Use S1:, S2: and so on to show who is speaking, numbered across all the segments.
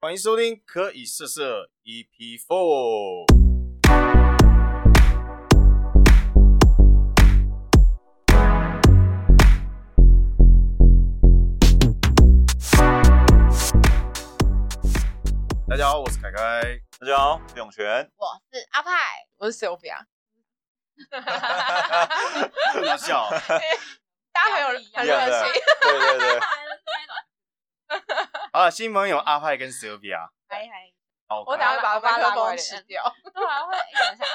S1: 欢迎收听《可以色色 EP Four》。大家好，我是凯凯。
S2: 大家好，我是永泉。
S3: 我是阿派，我是 Sylvia，
S1: 很好笑，
S3: 大家很有很
S2: 一样
S3: 热
S2: 的
S3: 情，
S2: 对对对，
S1: 好了，新朋友阿派跟 Sylvia，
S4: 嗨嗨，
S1: 好，
S3: 我等下会把麦
S4: 把
S3: 克
S4: 我拉过来
S3: 风吃掉。
S4: 对啊，会影 响。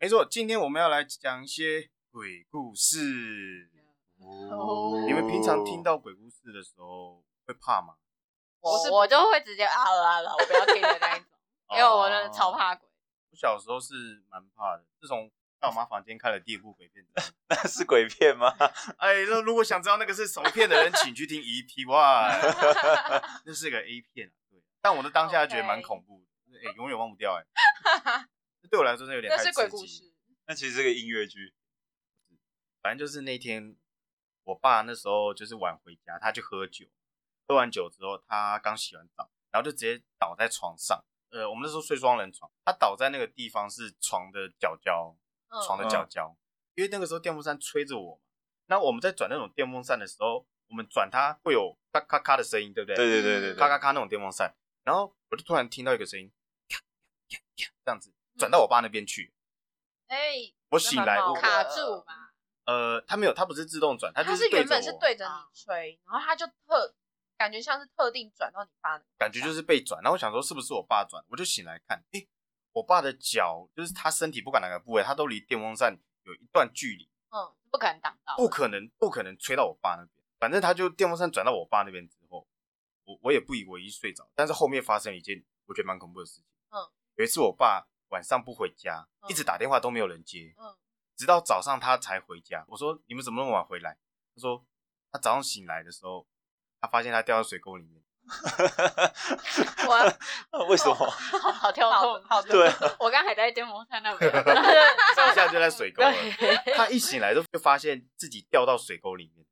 S1: 没错，哎今天我们要来讲一些鬼故事。
S3: 哦
S1: 你们平常听到鬼故事的时候会怕吗？
S3: 我是
S4: 我我就会直接啊啦啦，我不要听的那一种，因为我真的超
S1: 哦。
S4: 怕鬼。
S1: 我小时候是蛮怕的，自从到我妈房间看了第一部鬼片之后，
S2: 那是鬼片吗？
S1: 哎，那如果想知道那个是什么片的人，请去听 EP One，那是个 A 片啊。对，但我的当下觉得蛮恐怖的，哎，永远忘不 掉哎。这对我来说真的有点
S3: 那
S1: 太
S3: 是
S1: 刺
S3: 鬼故
S1: 激了
S3: 事。
S2: 那其实是个音乐剧。
S1: 反正就是那天，我爸那时候就是晚回家，他去喝酒，喝完酒之后，他刚洗完澡，然后就直接倒在床上。呃，我们那时候睡双人床，他倒在那个地方是床的角角，
S3: 嗯
S1: 床
S4: 哦
S1: 的
S2: 嗯
S1: 角角，因为那个时候电风扇吹着我嘛。那我们在转那种电风扇的时候，我们转它会有咔咔咔的声音，对不对？
S2: 对对对对对，
S1: 咔咔咔那种电风扇，然后我就突然听到一个声音，这样子
S3: 嗯
S1: 转到我爸那边去，
S4: 哎，
S1: 我醒来，我
S4: 卡住吧？
S1: 呃，它没有，它不是自动转，它就
S3: 它是
S1: 对
S3: 原
S1: 着
S3: 本是
S1: 我。
S3: 对着
S4: 嗯
S3: 你吹，然后它就特感觉像是特定转到你发的，
S1: 感觉就是被转，然后我想说是不是我爸转，我就醒来看，诶、我爸的脚就是他身体不管哪个部位，他都离电风扇有一段距离，
S4: 嗯，不可能挡到。
S1: 不可能不可能吹到我爸那边，反正他就电风扇转到我爸那边之后，我我也不以为意睡着，但是后面发生了一件我觉得蛮恐怖的事情，
S4: 嗯，
S1: 有一次我爸晚上不回家，
S4: 嗯
S1: 一直打电话都没有人接，
S4: 嗯，
S1: 直到早上他才回家，我说你们怎么那么晚回来？他说他早上醒来的时候，他发现他掉到水沟里 面。
S3: 嗯
S2: 我为什
S3: 哦
S2: 么？
S4: 好好跳
S3: 好
S4: 痛，好痛。
S2: 对，
S4: 我刚还在电风扇那边，
S1: 一下就在水沟了。
S4: 对，
S1: 他一醒来就就发现自己掉到水沟里面，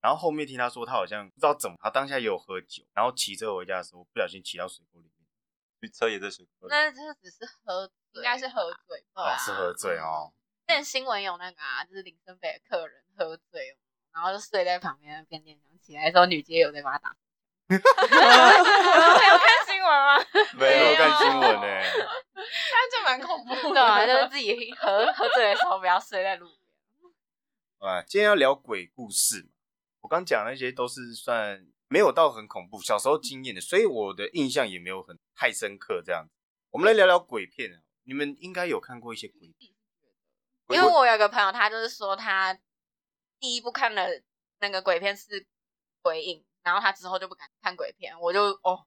S1: 然后后面听他说他好像不知道怎么，他当下也有喝酒，然后骑车回家的时候不小心骑到水沟里面，
S2: 车也在水沟里。
S4: 那这只是喝醉，
S3: 应该是喝醉吧。
S4: 对啊
S1: 哦，是喝醉 哦，
S4: 之前新闻有那个啊，就是林森北的客人喝醉，然后就睡在旁边的变电箱，起来的时候女街友在帮他 打。你们有看新闻吗？
S3: 啊
S1: 没有
S2: 有
S1: 看新闻呢、
S3: 但这蛮恐怖
S4: 对
S3: 的，
S4: 啊，就是自己 喝喝醉的时候不要睡在路边。
S1: 啊，今天要聊鬼故事嘛，我刚讲那些都是算没有到很恐怖，小时候经验的，所以我的印象也没有很太深刻这样子。我们来聊聊鬼片啊，你们应该有看过一些鬼片，
S4: 因为我有个朋友，他就是说他第一部看的那个鬼片是《鬼影》，然后他之后就不敢看鬼片。我就哦，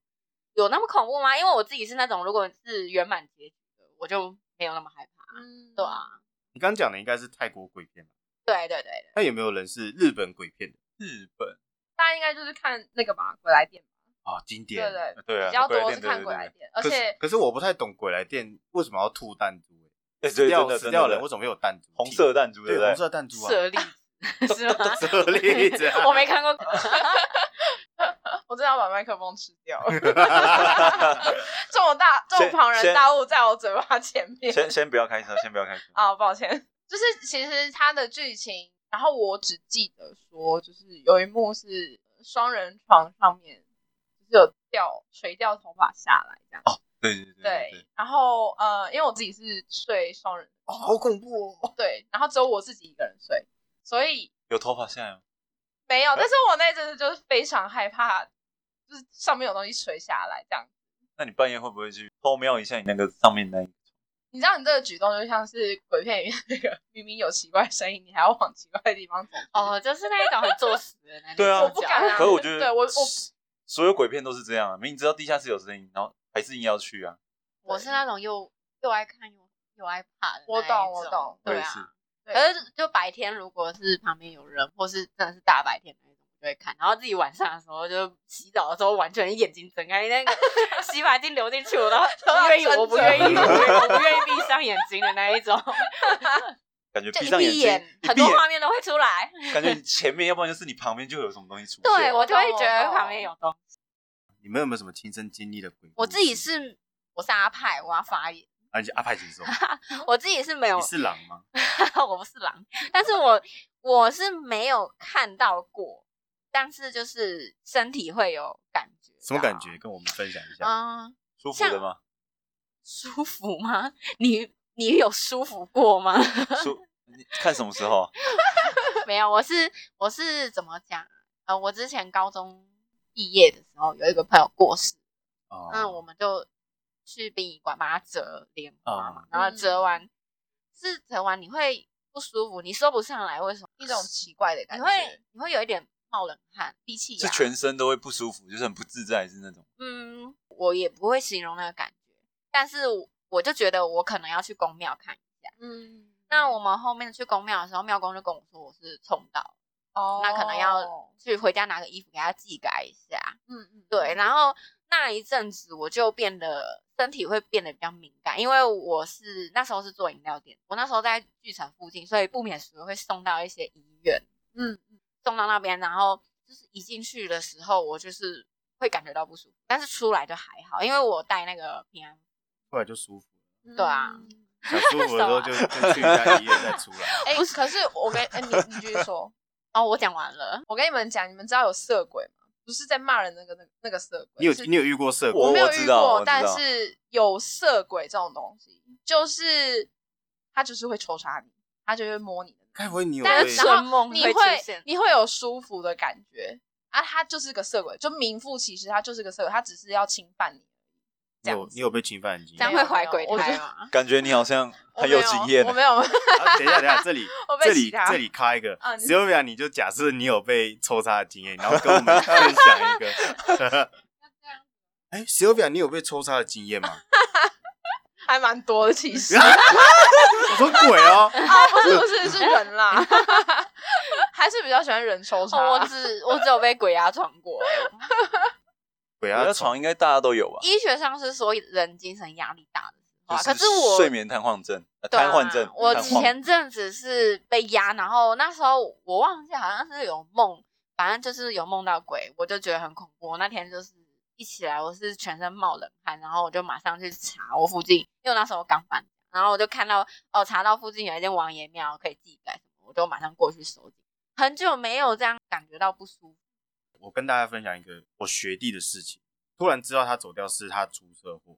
S4: 有那么恐怖吗？因为我自己是那种如果是圆满结局的，我就没有那么害怕。
S3: 嗯
S4: 对，啊，
S1: 你刚讲的应该是泰国鬼片嘛，
S4: 对对对对，
S1: 那有没有人是日本鬼片的
S2: 日本，
S3: 大家应该就是看那个吧，鬼来电，
S1: 啊？经典，
S3: 对对，
S2: 对啊，
S3: 比较
S2: 鬼
S3: 多
S2: 店
S3: 是看
S2: 对
S3: 鬼
S2: 对
S3: 来
S2: 对
S3: 电，而
S1: 可是
S3: 且
S1: 可是我不太懂鬼来电为什么要吐弹珠、
S2: 对，哎
S1: 死
S2: 对，真
S1: 掉
S2: 的
S1: 死
S2: 真
S1: 掉
S2: 的
S1: 人
S2: 人
S1: 为什么会有弹珠？
S2: 红色的弹珠？
S1: 对
S2: 不对
S1: 红？色弹珠啊，
S4: 舍利 子是吗？
S1: 舍利子啊
S4: 我没看过。
S3: 我真的要把麦克风吃掉了，这么大这么庞然
S2: 先
S3: 大物在我嘴巴 前面，
S2: 先先不要开车，先不要开车。
S3: 啊，抱歉，就是其实它的剧情，然后我只记得说，就是有一幕是双人床上面，就是有掉垂掉头发下来这样。
S2: 对对哦对
S3: 对，
S2: 对，
S3: 然后呃，因为我自己是睡双人，
S1: 哦好恐怖哦！
S3: 对，然后只有我自己一个人睡，所以
S2: 有头发现在吗
S3: 没有。但是我那阵子就是非常害怕，就是上面有东西垂下来这样。
S2: 那你半夜会不会去偷瞄一下你那个上面那一？
S3: 你知道你这个举动就像是鬼片里面那个明明有奇怪的声音，你还要往奇怪的地方走。
S4: 哦，就是那一种很作死的那种。
S2: 对啊
S3: 我不敢啊
S2: 可是我觉得，
S3: 对我我
S2: 所有鬼片都是这样啊，明明知道地下室有声音，然后还是硬要去啊。
S4: 我是那种又又爱看又又爱怕的。
S3: 我懂，我。懂。
S2: 我
S4: 对
S2: 也是
S4: 啊，
S3: 对
S4: 可是就白天，如果是旁边有人，或是真的是大白天那种，我就会看。然后自己晚上的时候，就洗澡的时候，完全眼睛睁开，那 个洗发精流进去， 我都不愿意，我不愿意，我不愿意我不愿意闭上眼睛的那一种。
S2: 感觉
S4: 就
S2: 闭
S4: 一
S2: 上眼
S4: 闭
S2: 睛，
S4: 眼，
S2: 一
S4: 很
S2: 闭
S4: 多画
S2: 眼，
S4: 面都会出来。啊
S2: 感觉你前面，要不然就是你旁边就有什么东西出现。 啊
S4: 对，我就会
S3: 我懂
S4: 觉得
S3: 我懂
S4: 旁边有东西。
S1: 你你们有没有什么亲身经历的鬼故事？
S4: 我自 己是我是阿派，我要发言。
S1: 啊，你是阿派禽兽，
S4: 我自己是没有
S1: 你，是狼 吗？
S4: 我不是狼，但是我我是没有看到过，但是就是身体会有感觉。
S1: 什么感？觉？跟我们分享一下。
S4: 嗯，
S2: 舒服的 吗？
S4: 舒服吗？你你有舒服过吗？
S2: 舒，你看什么时候？啊
S4: 没有，我是我是怎么讲？呃，我之前高中毕业的时候，有一个朋友过世，
S1: 哦
S4: 那嗯我们就去殡仪馆帮他折莲花嘛，
S1: 嗯
S4: 然后折完是折完你会不舒服，你说不上来为什么？
S3: 一种奇怪的感
S4: 你
S3: 觉。
S4: 会你会有一点冒冷汗、低气
S2: 是
S4: 压，
S2: 全身都会不舒服，就是很不自在，是那种。
S4: 嗯，我也不会形容那个感觉，但是我我就觉得我可能要去公庙看一下。
S3: 嗯，
S4: 那我们后面去公庙的时候，庙公就跟我说我是冲到，
S3: 哦
S4: 那可能要去回家拿个衣服给他寄改一下。
S3: 嗯嗯，
S4: 对，然后那一阵子我就变得身体会变得比较敏感，因为我是那时候是做饮料店，我那时候在剧场附近，所以不免俗会送到一些医院，
S3: 嗯
S4: 送到那边，然后就是一进去的时候，我就是会感觉到不舒服，但是出来就还好，因为我带那个平安
S1: 后来就舒服了，
S3: 嗯
S4: 对啊
S1: 想舒服的时候就就去一下医院再 出来。
S3: 哎，可是我跟哎你你继续 说，
S4: 哦，我讲完了，
S3: 我跟你们讲，你们知道有色鬼吗？不是在骂人那个那个那个色鬼，
S1: 你有
S3: 是
S1: 你有遇过社
S2: 我
S1: 恐？
S3: 我没有
S2: 我知
S3: 遇
S2: 道我
S3: 过
S2: 知，
S3: 但
S2: 道
S3: 是有色鬼这种东西，就是他就是会抽查你，他就会摸你的，
S1: 该不会你有
S3: 但
S1: 被
S3: 是
S4: 然后
S3: 春
S4: 梦
S3: 你
S4: 会出
S3: 会
S4: 现
S3: 你会有舒服的感觉啊，他就是个色鬼，就名副其实，他就是个色鬼，他只是要侵犯你。
S1: 你有你有被侵犯的经
S4: 这
S1: 验
S4: 样
S3: 没
S1: 吗？
S3: 有
S4: 会怀鬼
S3: 我觉
S4: 胎
S3: 得
S4: 吗？
S2: 感觉你好 像
S3: 我
S2: 很
S3: 没有
S2: 经验
S3: 我，没有，
S1: 啊等一下等一下，这里
S3: 我
S1: 这
S3: 被
S1: 里
S3: 其他
S1: 这里开一个
S3: 啊你
S1: Sylvia，你哦就假设你有被抽插的经验，然后跟我们分享一 个。哎，Sylvia，你有被抽插的经验吗？
S3: 还蛮多的 其实。
S1: 我说鬼哦，
S3: 啊，不是不是是人啦， 还是比较喜欢人抽查。
S4: 哦
S2: 啊
S4: 我只我只有被鬼压床过。
S1: 鬼
S2: 我
S1: 啊
S2: 的！床应该大家都有吧？
S4: 医学上是说人精神压力大的时候啊，
S2: 就
S4: 可是我
S2: 睡眠瘫痪症，呃
S4: 对啊
S2: 瘫痪症，
S4: 我
S2: 瘫痪
S4: 前阵子是被压，然后那时候我忘记好像是有梦，反正就是有梦到鬼，我就觉得很恐怖。我那天就是一起来，我是全身冒冷汗，然后我就马上去查我附近，因为我那时候刚搬，然后我就看到哦，查到附近有一间王爷庙可以祭拜什么，我就马上过去收金。很久没有这样感觉到不舒服，
S1: 我跟大家分享一个我学弟的事情。突然知道他走掉是他出车祸。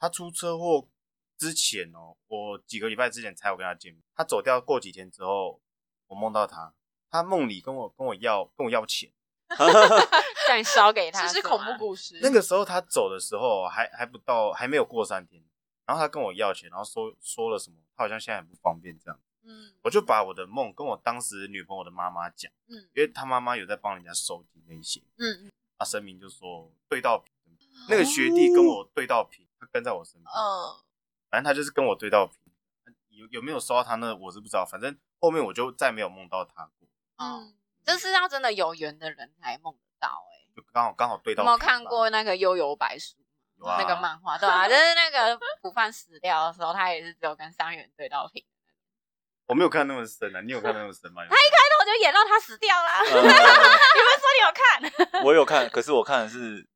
S1: 他出车祸之前哦，我几个礼拜之前才有跟他见面。他走掉过几天之后，我梦到他，他梦里跟我跟我要跟我要钱。
S4: 叫你烧给他啊吗，
S3: 这是恐怖故事。
S1: 那个时候他走的时候哦还还不到，还没有过三天，然后他跟我要钱，然后说说了什么，他好像现在很不方便这样。
S3: 嗯
S1: 我就把我的梦跟我当时女朋友的妈妈讲，
S3: 嗯
S1: 因为他妈妈有在帮人家收集那一些。
S3: 嗯
S1: 他声明就说对到平，那个学弟
S2: 哦
S1: 跟我对到平，他跟在我身边，
S4: 哦
S3: 嗯，
S1: 反正他就是跟我对到平。有有没有收到他呢？我是不知道，反正后面我就再没有梦到他过，
S4: 嗯，这是要真的有缘的人才梦得到哎、欸
S1: 就刚好刚好对到平
S4: 有没
S1: 吧。
S4: 有看过那个《幽游白书》
S1: 有啊
S4: 那个漫画？对啊，就是那个普范死掉的时候，他也是只有跟伤员对到屏，
S1: 我没有看那么深啊，你有看那么深吗？他
S4: 但是我就演到他死掉啦。
S1: 啊
S4: 你
S2: 呃
S4: 们说你有 看？
S2: 我有看，可是我看的是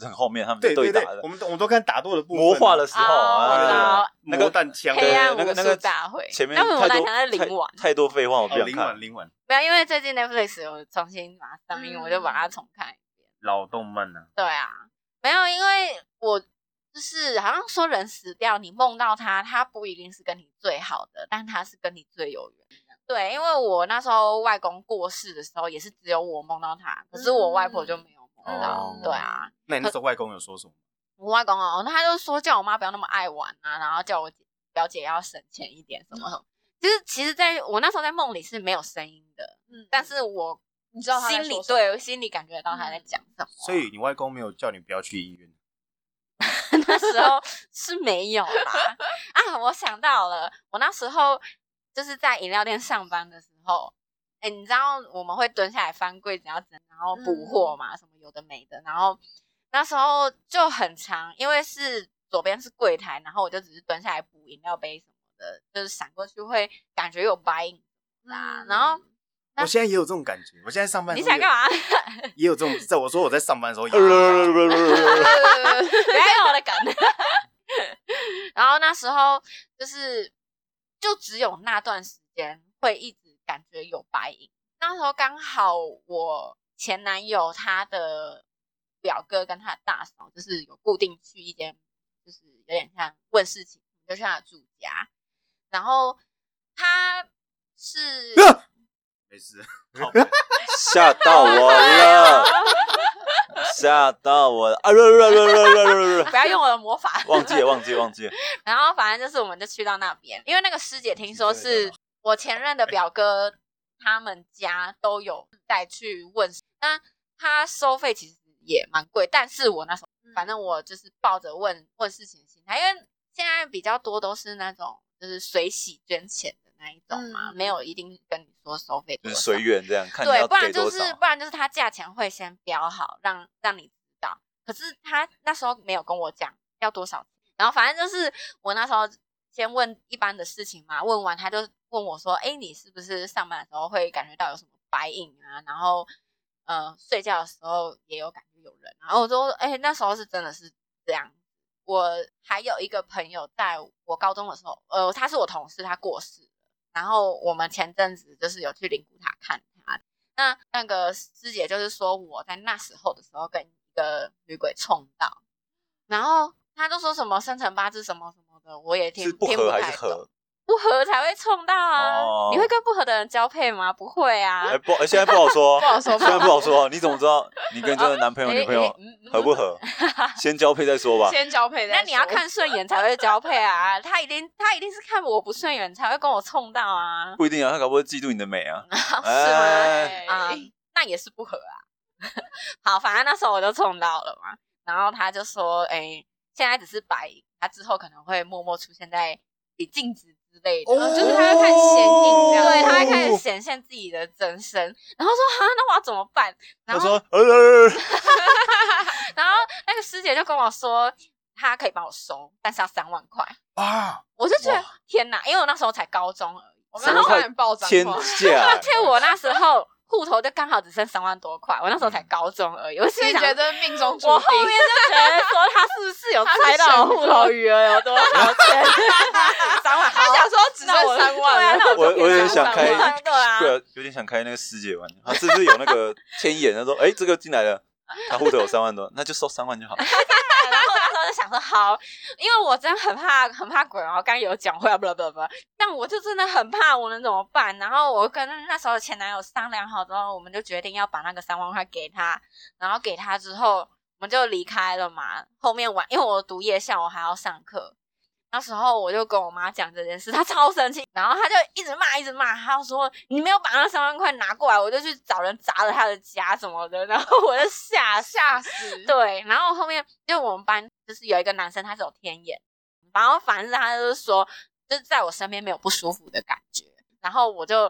S2: 很后面他们
S1: 对
S2: 在
S1: 对对
S2: 打的，
S1: 我们我们都看打斗的部分啊，
S2: 魔化的时候
S4: 哦我知
S2: 啊
S4: 道，
S2: 那
S1: 魔
S2: 个
S1: 弹枪
S4: 黑暗
S1: 啊，
S4: 武
S2: 那个那个
S4: 术大会
S2: 前面
S4: 那我们
S2: 太多
S4: 来谈谈
S2: 太
S4: 灵丸
S2: 太多废话，我不
S1: 哦，
S2: 想
S1: 灵
S2: 看
S1: 丸。灵丸
S4: 没有，因为最近 Netflix 有重新把它上映，
S3: 嗯
S4: 我就把它重看一遍。
S1: 老动漫呢，
S4: 对啊，没有，因为我就是好像说人死掉，你梦到他，他不一定是跟你最好的，但他是跟你最有缘的。对，因为我那时候外公过世的时候，也是只有我梦到他，可是我外婆就没有梦到。
S3: 嗯
S1: 哦
S4: 对啊，
S1: 那你那时候外公有说什么？
S4: 我外公哦，那他就说叫我妈不要那么爱玩啊，然后叫我姐表姐要省钱一点什么什么。其实，其实在我那时候在梦里是没有声音的，
S3: 嗯，
S4: 但是我
S3: 你知道他在
S4: 心
S3: 说
S4: 里
S3: 什么嗯
S4: 对心里感觉到他在讲什么。
S1: 所以你外公没有叫你不要去医院，
S4: 那时候是没有啦。啊，我想到了，我那时候就是在饮料店上班的时候，哎、你知道我们会蹲下来翻柜子要整，然后补货嘛，什么有的没的，然后那时候就很长，因为是左边是柜台，然后我就只是蹲下来补饮料杯什么的，就是闪过去会感觉有白影啊，
S3: 嗯
S4: 然后。
S1: 我现在也有这种感觉，我现在上班的
S4: 你
S1: 时候
S4: 想
S1: 也
S4: 干嘛？
S1: 也有这种，在我说我在上班的时候也有这
S2: 呃
S1: 种感觉，
S2: 对
S4: 没有我的 梗。然后那时候就是，就只有那段时间会一直感觉有白影。那时候刚好我前男友他的表哥跟他的大嫂，就是有固定去一间，就是有点像问事情，就去他的住家。然后他是
S2: 啊
S1: 没事，
S2: 吓到我了， 吓到我了啊！不不不不不
S4: 不要 用我的魔法，
S2: 忘记了，忘记了，忘记了。
S4: 然后反正就是我们就去到那边，因为那个师姐听说是我前任的表哥他们家都有带去问，那他收费其实也蛮贵，但是我那时候反正我就是抱着问问事情的心态，因为现在比较多都是那种就是随喜捐钱的那一种嘛，
S3: 嗯
S4: 没有一定跟你说收费
S2: 就
S4: 多
S2: 是
S4: 少，
S2: 随缘这样，看你
S4: 对，
S2: 要
S4: 不
S2: 给
S4: 然就
S2: 多
S4: 是
S2: 少。
S4: 不然就是他价钱会先标好，让让你知道。可是他那时候没有跟我讲要多少，然后反正就是我那时候先问一般的事情嘛，问完他就问我说：“哎，你是不是上班的时候会感觉到有什么白影啊？然后呃，睡觉的时候也有感觉有人啊。”然后我就哎，那时候是真的是这样。我还有一个朋友，在我高中的时候，呃，他是我同事，他过世了。然后我们前阵子就是有去灵谷塔看他，那那个师姐就是说我在那时候的时候跟一个女鬼冲到，然后她就说什么生辰八字什么什么的，我也听
S2: 是不
S4: 听
S2: 合还
S4: 太
S2: 是合
S4: 懂，？不合才会冲到啊！
S2: 哦
S4: 你会跟不合的人交配吗？不会啊！
S2: 哎，不，哎现在不好说，
S3: 不好说
S2: 现在不好说。你怎么知道你跟这个男朋友、
S4: 哎
S2: 女朋友
S4: 哎嗯
S2: 合不 合？先交配再说吧。
S3: 先交配再
S4: 那
S3: 说，
S4: 你要看顺眼才会交配啊！他一定他一定是看我不顺眼才会跟我冲到啊！
S2: 不一定啊，他搞不好嫉妒你的美啊。
S4: 是吗
S2: 哎
S4: 啊、那也是不合啊。 好，反正那时候我就冲到了嘛，然后他就说：“哎、现在只是白银，他之后可能会默默出现在你镜子之类的，
S2: 哦
S4: 就是他会看显影这样，
S2: 哦
S4: 对，他会开始显现自己的真身。”然后说：“哈，那我要怎么办？”然
S2: 他
S4: 后
S2: 说：“呃，
S4: 然后那个师姐就跟我说，她可以帮我收，但是要三万块。
S1: 哇，
S4: 我就觉得天哪，因为我那时候才高中而已，
S3: 我
S2: 什
S3: 们
S2: 么
S3: 要
S2: 快
S3: 快点爆炸，
S2: 天 啊价！”
S4: 而且我那时候户头就刚好只剩三万多块，我那时候才高中而已，我
S3: 嗯所
S4: 心里
S3: 以
S4: 想
S3: 觉。得命中注定。
S4: 我后面就觉得说他是不是 有猜到我户头余额有多少钱？三万，
S3: 他想说只剩
S4: 那我
S3: 三万了，
S4: 对啊那
S2: 我我有点想开
S4: 对啊，
S2: 对啊，有点想开那个师姐玩，他是不是有那个天眼？他说：“哎，这个进来了，他户头有三万多，那就收三万就好。
S4: 然后我那时候就想说，好，因为我真的很怕，很怕鬼嘛。我刚刚有讲 会啊，不不不，但我就真的很怕，我能怎么办？然后我跟那时候的前男友商量好之后，我们就决定要把那个三万块给他，然后给他之后，我们就离开了嘛。后面晚，因为我读夜校，我还要上课。那时候我就跟我妈讲这件事，她超生气，然后她就一直骂，一直骂，她就说你没有把那三万块拿过来，我就去找人砸了他的家什么的，然后我就吓死
S3: 吓死，
S4: 对，然后后面就我们班就是有一个男生，他是有天眼，然后反正他就是说，就是在我身边没有不舒服的感觉，然后我就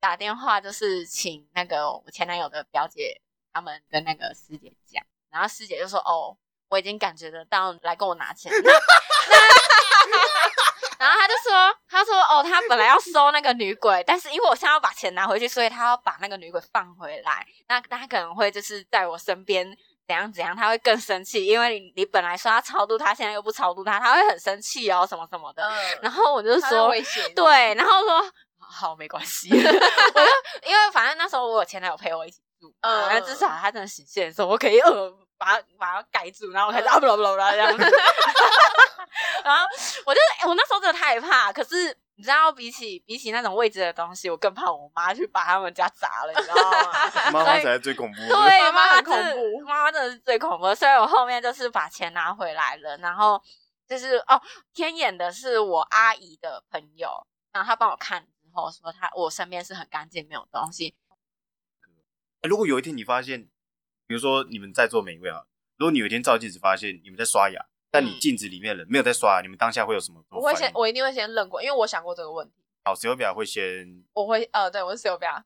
S4: 打电话就是请那个我前男友的表姐他们跟那个师姐讲，然后师姐就说哦，我已经感觉得到来跟我拿钱，那那 然后他就说，他说哦，他本来要收那个女鬼，但是因为我现在要把钱拿回去，所以他要把那个女鬼放回来。那他可能会就是在我身边怎样怎样，他会更生气，因为你你本来说要超度他，现在又不超度他，他会很生气哦，什么什么的。
S3: 嗯，
S4: 然后我就
S3: 他在
S4: 说，
S3: 威胁你，
S4: 对，然后说 好没关系， 我就因为反正那时候我有前男友陪我一起住，
S3: 嗯
S4: 嗯，那至少他真的显现的时候，我可以呃把它把它盖住，然后我开始啊不啦不啦不啦这样子， 然后我就、哎我那时候真的太怕，可是。你知道，比起比起那种未知的东西，我更怕我妈去把他们家砸了，你知道吗？
S1: 妈妈才是最恐怖的。哎
S4: 对，
S3: 妈妈很
S4: 真的
S3: 恐怖
S4: 妈妈真的是最恐怖的。所以我后面就是把钱拿回来了，然后就是哦，天眼的是我阿姨的朋友，然后她帮我看之后说她我身边是很干净，没有东西。
S1: 如果有一天你发现，比如说你们在座每一位啊，如果你有一天照镜子发现你们在刷牙，但你镜子里面的人没有在刷牙，你们当下会有什么？
S3: 我会先，我一定会先认过，因为我想过这个问题。
S1: 好，手表会先
S3: 我会呃，对我 是 Sylvia，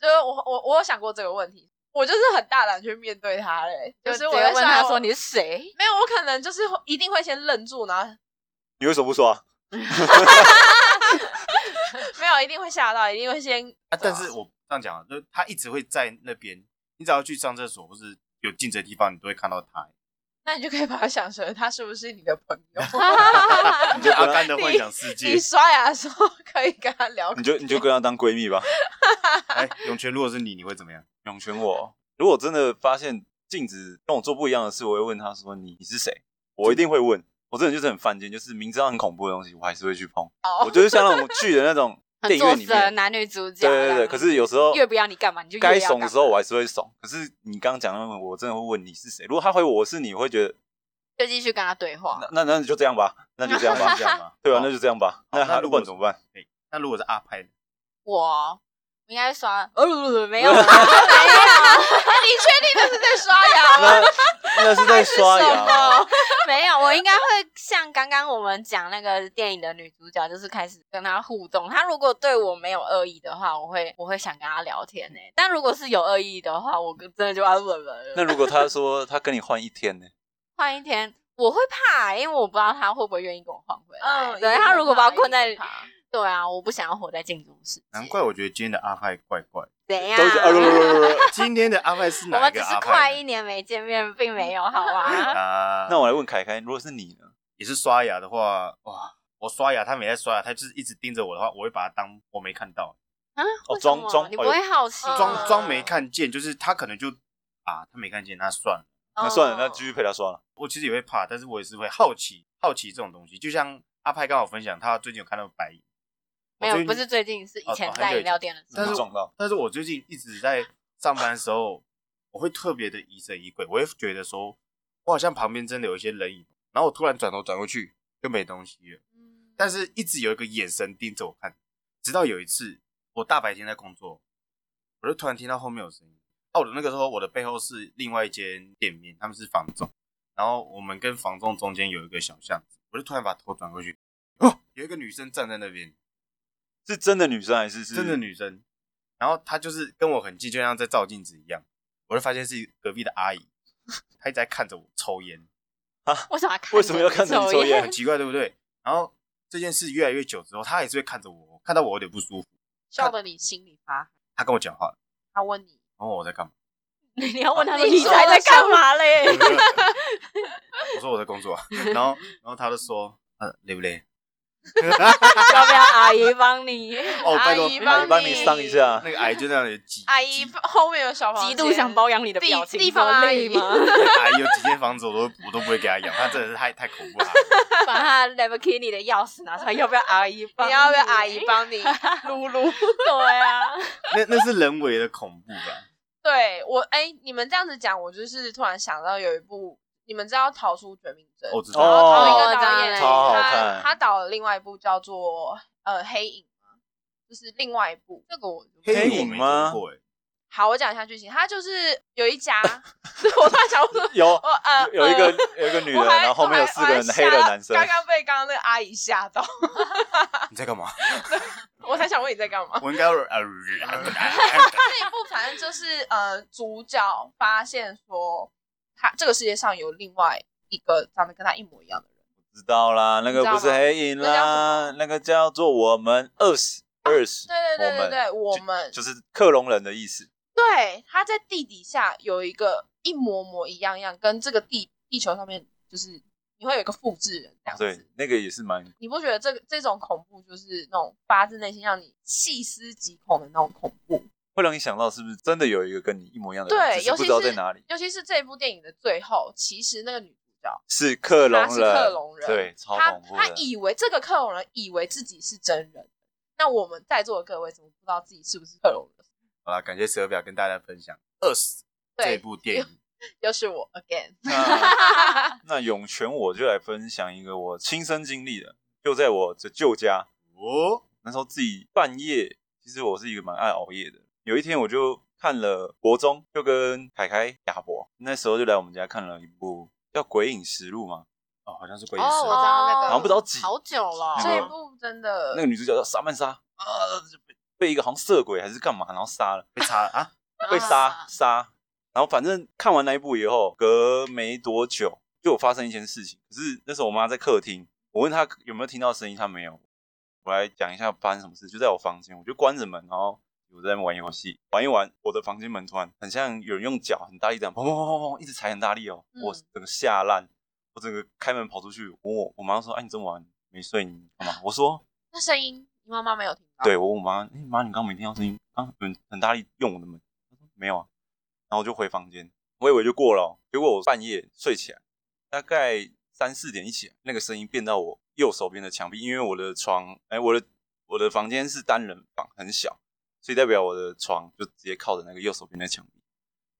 S3: 就是我我我有想过这个问题，我就是很大胆去面对他嘞，就是
S4: 直
S3: 我
S4: 接
S3: 会
S4: 问她
S3: 我
S4: 说你是谁？
S3: 没有，我可能就是会一定会先愣住，然后
S2: 你为什么不说啊？
S3: 没有，有，一定会吓到，一定会先。
S1: 啊，但是我这样讲啊，就是他一直会在那边，你只要去上厕所或是有镜子的地方，你都会看到他。
S3: 那你就可以把它想成他是不是你的朋 友？
S1: 你就阿甘的幻想世界
S3: 你。刷牙的时候啊可以跟他聊
S2: 你就你就跟她当闺蜜吧。
S1: 哎，永泉，如果是你，你会怎么样？
S2: 永泉我，如果真的发现镜子跟我做不一样的事，我会问她说你你是谁？我一定会问。我这人就是很犯贱，就是明知道很恐怖的东西，我还是会去碰。我就是像那 种剧的那种
S4: 很
S2: 电影
S4: 作
S2: 院里
S4: 死
S2: 面，
S4: 男女主角
S2: 对
S4: 啦。
S2: 对对。可是有时候
S4: 越不要你干嘛你就越
S2: 该
S4: 要干嘛
S2: 怂的时候，我还是会怂。可是你刚刚讲那种，我真的会问你是谁。如果他回我我是你，我会觉得
S4: 就继续跟他对话。
S2: 那那那就这样吧，那就这样吧
S1: 这，样吗？
S2: 对吧、啊
S1: 好
S2: 那就这样吧。
S1: 好
S2: 那他
S1: 那
S2: 不
S1: 如
S2: 管
S1: 果
S2: 怎么办？
S1: 那如果是阿派呢，
S4: 我应该 刷呃没有啦
S3: 你确定这是在刷牙吗？
S2: 那那是在刷牙吗，
S4: 没有，我应该会像刚刚我们讲那个电影的女主角，就是开始跟他互动。他如果对我没有恶意的话，我会我会想跟他聊天呢、欸但如果是有恶意的话，我真的就要忍了。
S2: 那如果他说他跟你换一天呢？
S4: 换一天，我会怕，因为我不知道他会不会愿意跟我换回来。
S3: 嗯，
S4: 对他如果把我困在
S3: 一定会，怕
S4: 对啊，我不想要活在镜中世界。
S1: 难怪我觉得今天的阿派怪 怪。
S4: 怎样
S2: 都？是啊，不不不不不
S1: 今天的阿派是
S4: 我
S1: 哪
S4: 们
S1: 一
S4: 只
S1: 个
S4: 是
S1: 阿
S4: 快
S1: 派
S4: 一
S1: 呢？
S4: 年没见面，并没有 好吗？
S1: 啊，
S2: 那我来问凯凯，如果是你呢？
S1: 也是刷牙的话，哇，我刷牙，他没在刷牙，他就是一直盯着我的话，我会把他当我没看到，
S4: 啊？
S2: 哦
S4: 为什么
S2: 装装
S4: 你不会好奇吗？
S1: 装装没看见，就是他可能就啊，他没看见，那算了。
S4: 哦
S2: 那算了，那继续陪他刷了。
S1: 我其实也会怕，但是我也是会好奇，好奇这种东西，就像阿派刚好分享，他最近有看到白蚁，我最
S4: 没有，
S1: 近
S4: 不是，最近，是以
S1: 哦
S4: 前
S1: 哦很
S4: 在
S1: 久以
S4: 饮料
S1: 前
S4: 店的时
S1: 但是
S4: 候。
S2: 撞到
S1: 但是我最近一直在上班的时候，我会特别的疑神疑鬼，我会觉得说，我好像旁边真的有一些人影，然后我突然转头转过去就没东西了。但是一直有一个眼神盯着我看，直到有一次我大白天在工作，我就突然听到后面有声音。哦、我的那个时候，我的背后是另外一间店面，他们是房仲，然后我们跟房仲中间有一个小巷子，我就突然把头转过去，哦，有一个女生站在那边，
S2: 是真的女生还是是
S1: 真的？女生，然后她就是跟我很近，就像在照镜子一样，我就发现是隔壁的阿姨，她一直在看着我抽烟，
S4: 为什么要看？
S2: 为什么要看着你抽烟
S1: 很奇怪，对不对？然后这件事越来越久之后，她还是会看着我，看到我有点不舒服，
S3: 笑得你心里发寒。
S1: 她跟我讲话了，
S3: 他问你，
S1: 然后我在干嘛？
S4: 你要问他说
S3: 你
S4: 啊你
S3: 说
S4: 才在干嘛嘞？
S1: 我说我在工作啊，然后然后她就说，呃，累不累？
S4: 要不要阿姨帮你？
S1: 哦，拜托
S3: 阿，姨
S2: 阿姨帮
S3: 帮
S2: 你
S3: 你
S2: 上一下，
S1: 那个阿姨就那样有挤，
S3: 阿姨
S1: 挤
S3: 后面有小房
S4: 极
S3: 间
S4: 度想包养你的
S3: 地
S4: 表情，
S3: 地方
S4: 说
S3: 阿
S4: 累
S3: 姨
S4: 吗？
S1: 那阿姨有几间房子我都我都不会给她养，她真的是太太恐怖了。 啊
S4: 把他 Lamborghini 的钥匙拿出来，要不要阿姨帮？
S3: 你要不要阿姨？帮 你撸撸？
S4: 对啊，
S1: 那那是人为的恐怖吧？
S3: 对我，哎、你们这样子讲，我就是突然想到有一部，你们知道《逃出绝命镇》
S1: 我知
S3: 然
S1: 道，
S3: 后同
S2: 哦
S3: 一个导演，
S2: 超好
S3: 他
S2: 看
S3: 他导了另外一部叫做呃《黑影》嘛，就是另外一部。这个我
S2: 黑
S1: 影我
S2: 影
S1: 没
S2: 吗
S1: 听过哎，
S3: 好，我讲一下剧情。他就是有一家， 我突然想不出，
S2: 有
S3: 我呃
S2: 有一 个
S3: 呃
S2: 有一个女
S3: 我
S2: 的，
S3: 还
S2: 然后后面有
S3: 我还
S2: 四个人
S3: 我还
S2: 黑的
S3: 吓
S2: 男生，
S3: 刚刚被刚刚那个阿姨吓到，
S1: 你在干嘛？
S3: 我才想问你在 干嘛。
S1: 我应该呃，
S3: 这一部反正就是呃，主角发现说他这个世界上有另外一个长得跟他一模一样的人，
S2: 知道啦，那个不
S3: 你知
S2: 是
S3: 道吗
S2: 黑影
S3: 那叫
S2: 啦，那个叫做我们二十二十，
S3: 对对对对对，我
S2: 我
S3: 们
S2: 就是克隆人的意思。
S3: 对他在地底下有一个一模模一样样，跟这个地地球上面就是你会有一个复制人这样
S2: 对
S3: 子。，
S2: 那个也是蛮
S3: 你不觉得这个这种恐怖就是那种发自内心让你细思极恐的那种恐怖？
S2: 会让你想到是不是真的有一个跟你一模一样的人，
S3: 对
S2: 呃只是不知道
S3: 尤其是
S2: 在哪里，
S3: 尤其是这部电影的最后，其实那个女主角
S2: 是克隆
S3: 他
S2: 人，
S3: 是克隆人，
S2: 对，超
S3: 他
S2: 恐怖
S3: 他
S2: 的。
S3: 以为这个克隆人以为自己是真人，那我们在座的各位怎么不知道自己是不是克隆人？
S1: 好了，感谢蛇表跟大家分享二十这
S3: 对，
S1: 部电影，
S3: 又是我 again。
S2: 那 那涌泉我就来分享一个我亲身经历的，就在我的舅家，
S1: 哦，
S2: 那时候自己半夜，其实我是一个蛮爱熬夜的。有一天我就看了国中，就跟凯凯、亚博那时候就来我们家看了一部叫《鬼影实录》嘛，
S1: 哦，好像是鬼
S4: 哦，
S1: 影
S4: 我知
S1: 蛇，
S4: 道那个，
S2: 好像不知道几
S4: 好久了
S2: 那。
S3: 这一
S2: 个
S3: 部真的，
S2: 嗯那个女主角叫莎曼莎啊，就被被一个好像色鬼还是干嘛，然后杀了，
S1: 被查啊，
S2: 被杀
S4: 啊
S2: 杀。然后反正看完那一部以后，隔没多久就有发生一件事情，可是那时候我妈在客厅，我问她有没有听到声音，她没有。我来讲一下发生什么事。就在我房间，我就关着门，然后我在那边玩游戏，玩一玩，我的房间门突然很像有人用脚很大力这样砰砰砰砰砰，一直踩很大力哦，
S4: 嗯
S2: 我整个吓烂，我整个开门跑出去，我我妈上说，哎，你这么晚没睡，你干嘛？我说，
S4: 那声音你妈妈没有听
S3: 啊
S4: 到？
S2: 对我问我妈，哎、妈，你刚刚没听到声音？刚有人很大力用我的门，她说没有啊。然后我就回房间，我以为就过了哦、结果我半夜睡起来，大概三四点一起来，那个声音变到我右手边的墙壁，因为我的床，哎、我的我的房间是单人房，很小，所以代表我的床就直接靠着那个右手边的墙壁，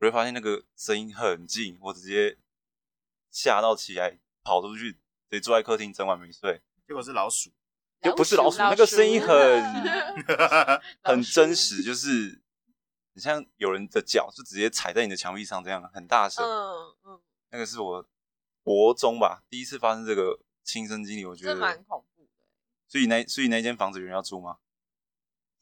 S2: 我就发现那个声音很近，我直接吓到起来跑出去，直接坐在客厅整晚没睡，
S1: 结果是老鼠，
S2: 就不是老鼠，那个声音很。很真实，就是很像有人的脚就直接踩在你的墙壁上，这样很大声。
S4: 嗯嗯，
S2: 那个是我国中吧，第一次发生这个亲身经历，我觉
S3: 这蛮
S2: 得。
S3: 恐怖的。
S2: 所以那所以那间房子有人要住吗？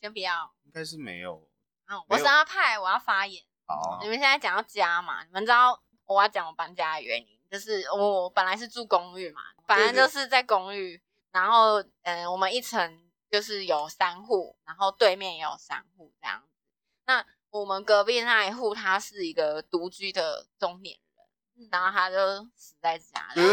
S4: 先不要。
S1: 应该是没有。
S4: 嗯，我是阿派，我要发言。
S1: 好，啊
S4: 你们现在讲到家嘛，你们知道我要讲我搬家的原因，就是我本来是住公寓嘛，反正就是在公寓，然后呃，我们一层就是有三户，然后对面也有三户这样子。那我们隔壁那一户他是一个独居的中年
S1: 嗯
S4: 人，然后他就死在家里。
S2: 我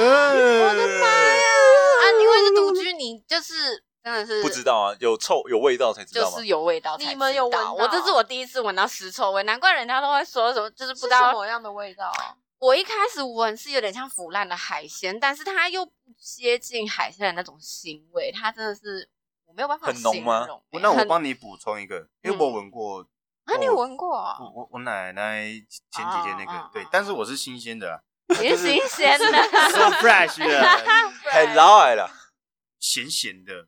S2: 的妈
S4: 啊，因为是独居，你就是真的是
S2: 不知道啊，有臭有味道才知
S4: 就
S2: 道吗
S4: 是？有味道才知道。
S3: 你们有闻到
S4: 我这是我第一次闻到尸臭味，难怪人家都会说什么，就是不
S3: 是
S4: 知
S3: 什
S4: 道。
S3: 么样的味道啊？
S4: 我一开始闻是有点像腐烂的海鲜，但是它又不接近海鲜的那种腥味，它真的是我没有办法
S2: 很浓
S4: 形
S2: 吗
S4: 容欸
S1: 那我
S4: 很嗯
S1: 帮你补充一个，因为我闻过。哦
S4: 啊，你有闻过
S1: 我
S4: 啊？
S1: 我我奶奶前几天那
S4: 哦哦
S1: 个，对
S4: 哦，
S1: 但是我是新鲜的啊
S4: 你是新鲜 的，
S1: ，so fresh 的，
S2: 很老矮了。
S1: 咸咸的，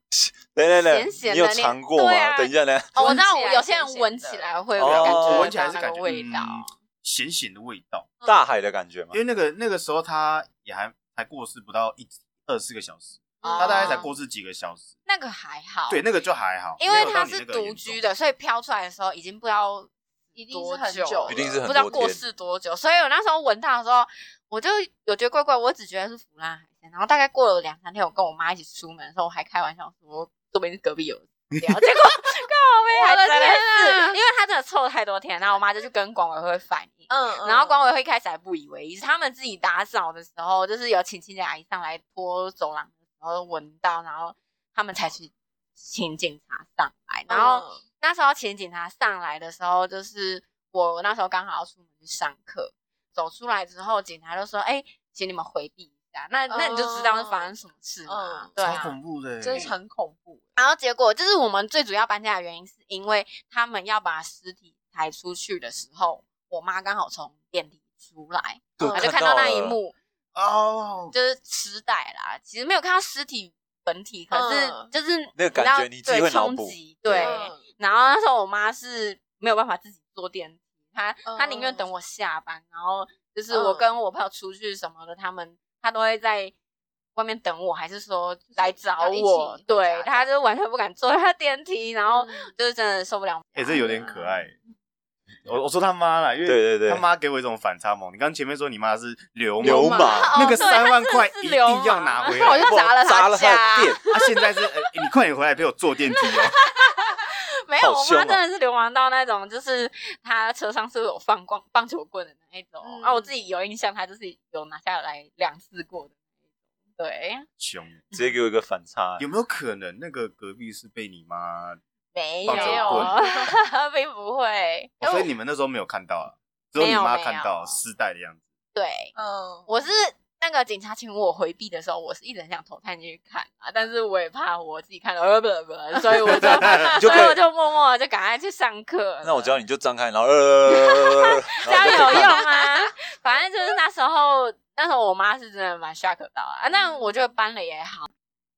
S2: 来来来
S4: 咸，咸的
S2: 你有
S4: 你
S2: 尝过
S4: 对
S2: 吗？
S4: 啊
S2: 等一下呢，
S4: 哦，我知道
S3: 闻起来
S4: 有些人
S3: 咸
S4: 闻
S3: 咸
S4: 起
S3: 的
S4: 来会有
S2: 哦
S4: 感觉，
S1: 我闻起来是
S4: 那
S1: 感
S4: 个
S1: 觉
S4: 味道。
S1: 嗯咸咸的味道。
S4: 嗯
S2: 大海的感觉嘛
S1: 因。为那个那个时候他也还还过世不到一二四个小时，
S4: 哦
S1: 嗯他大概才过世几个小时，
S4: 那个还好，
S1: 对，那个就还好，
S4: 因为
S1: 没有
S4: 它
S1: 到你
S4: 是
S1: 那个
S4: 独
S1: 严重
S4: 居，的，所以飘出来的时候已经不知道
S3: 一定
S4: 多
S3: 是很
S4: 久
S3: 久
S4: 了
S3: 了，
S2: 一定是很
S4: 不知道
S2: 多
S4: 过
S2: 天
S4: 世多久，所以我那时候闻到的时候，我就有觉得怪怪，我只觉得是腐烂海鲜。然后大概过了两三天，我跟我妈一起出门的时候，我还开玩笑说，说不定是隔壁有人死掉。 结果靠
S3: 我
S4: 背，
S3: 的
S4: 真的
S3: 天
S4: 是，
S3: 啊
S4: 因为他真的臭了太多天，然后我妈就去跟管委会反映。
S3: 嗯
S4: 然后管委会一开始还不以为意，是他们自己打扫的时候，就是有请清洁阿姨上来拖走廊的时候闻到，然后他们才去请警察上来。
S3: 嗯
S4: 然后那时候请警察上来的时候，就是我那时候刚好要出门去上课，走出来之后，警察就说：“哎、请你们回避一下。那”那你就知道是发生什么事嘛？
S3: 嗯
S4: 对
S1: 超
S4: 啊。
S1: 恐怖的欸，
S3: 真是很恐怖。
S4: 然后结果就是我们最主要搬家的原因，是因为他们要把尸体抬出去的时候，我妈刚好从电梯出来，
S2: 对
S4: 啊她就看到那一
S2: 了
S4: 幕，
S1: 哦，
S4: 就是尸袋啦。其实没有看到尸体本体，可是
S3: 嗯
S4: 就是
S2: 那个感
S4: 知道
S2: 觉你自己
S4: 对
S2: 会脑
S4: 冲
S2: 补
S4: 击，对。
S3: 嗯
S4: 然后那时候我妈是没有办法自己坐电梯，她
S3: 嗯
S4: 她宁愿等我下班，然后就是我
S3: 嗯
S4: 跟我朋友出去什么的，他们她都会在外面等我，还是说来找
S3: 要一起
S4: 我
S3: 回？
S4: 对
S3: 家，
S4: 她就完全不敢坐下电梯，然后
S3: 嗯
S4: 就是真的受不了。
S1: 哎，这有点可爱。我我说他妈啦，因为
S2: 对对对
S1: 他妈给我一种反差萌。你刚前面说你妈是流氓，
S2: 流氓
S4: 哦
S1: 那个
S4: 对
S1: 三万块
S4: 她
S1: 一
S4: 真的是
S1: 定
S4: 流氓啊
S1: 要拿 回
S4: 那 我
S1: 来。
S4: 就砸了
S2: 砸了
S4: 家
S2: 他的。 店，
S1: 他现在是，哎你快点回来陪我坐电梯哦。
S4: 没有，
S2: 好
S4: 我
S2: 凶
S4: 妈
S1: 啊
S2: 哦
S4: 真的是流氓到那种，就是她车上是有放光棒球棍的那一种。
S3: 嗯
S4: 啊，我自己有印象，她就是有拿下来两次过的那一种。对，
S1: 凶，
S2: 直接给我一个反差。
S1: 有没有可能那个隔壁是被你妈？
S4: 哎没
S1: 棒球
S4: 有啊， 并不会。
S1: 哦所以你们那时候没有看到啊，只有
S4: 没
S1: 你
S4: 有
S1: 妈
S4: 没
S1: 看
S4: 有
S1: 到丝带的样 子。
S4: 对，
S3: 嗯，
S4: 我是那个警察请我回避的时候，我是一直很想偷探进去看啊，但是我也怕我自己看到，呃不不，不所以 我就
S2: 你就
S4: 所以
S2: 可
S4: 我
S2: 以
S4: 就默默地就赶快去上课。
S2: 那我教你就张开，然后 呃，
S4: 这样
S2: 然后就可以
S4: 有
S2: 看
S4: 用吗？反正就是那时候，那时候我妈是真的蛮 shock 到的啊，但我觉得搬了也好。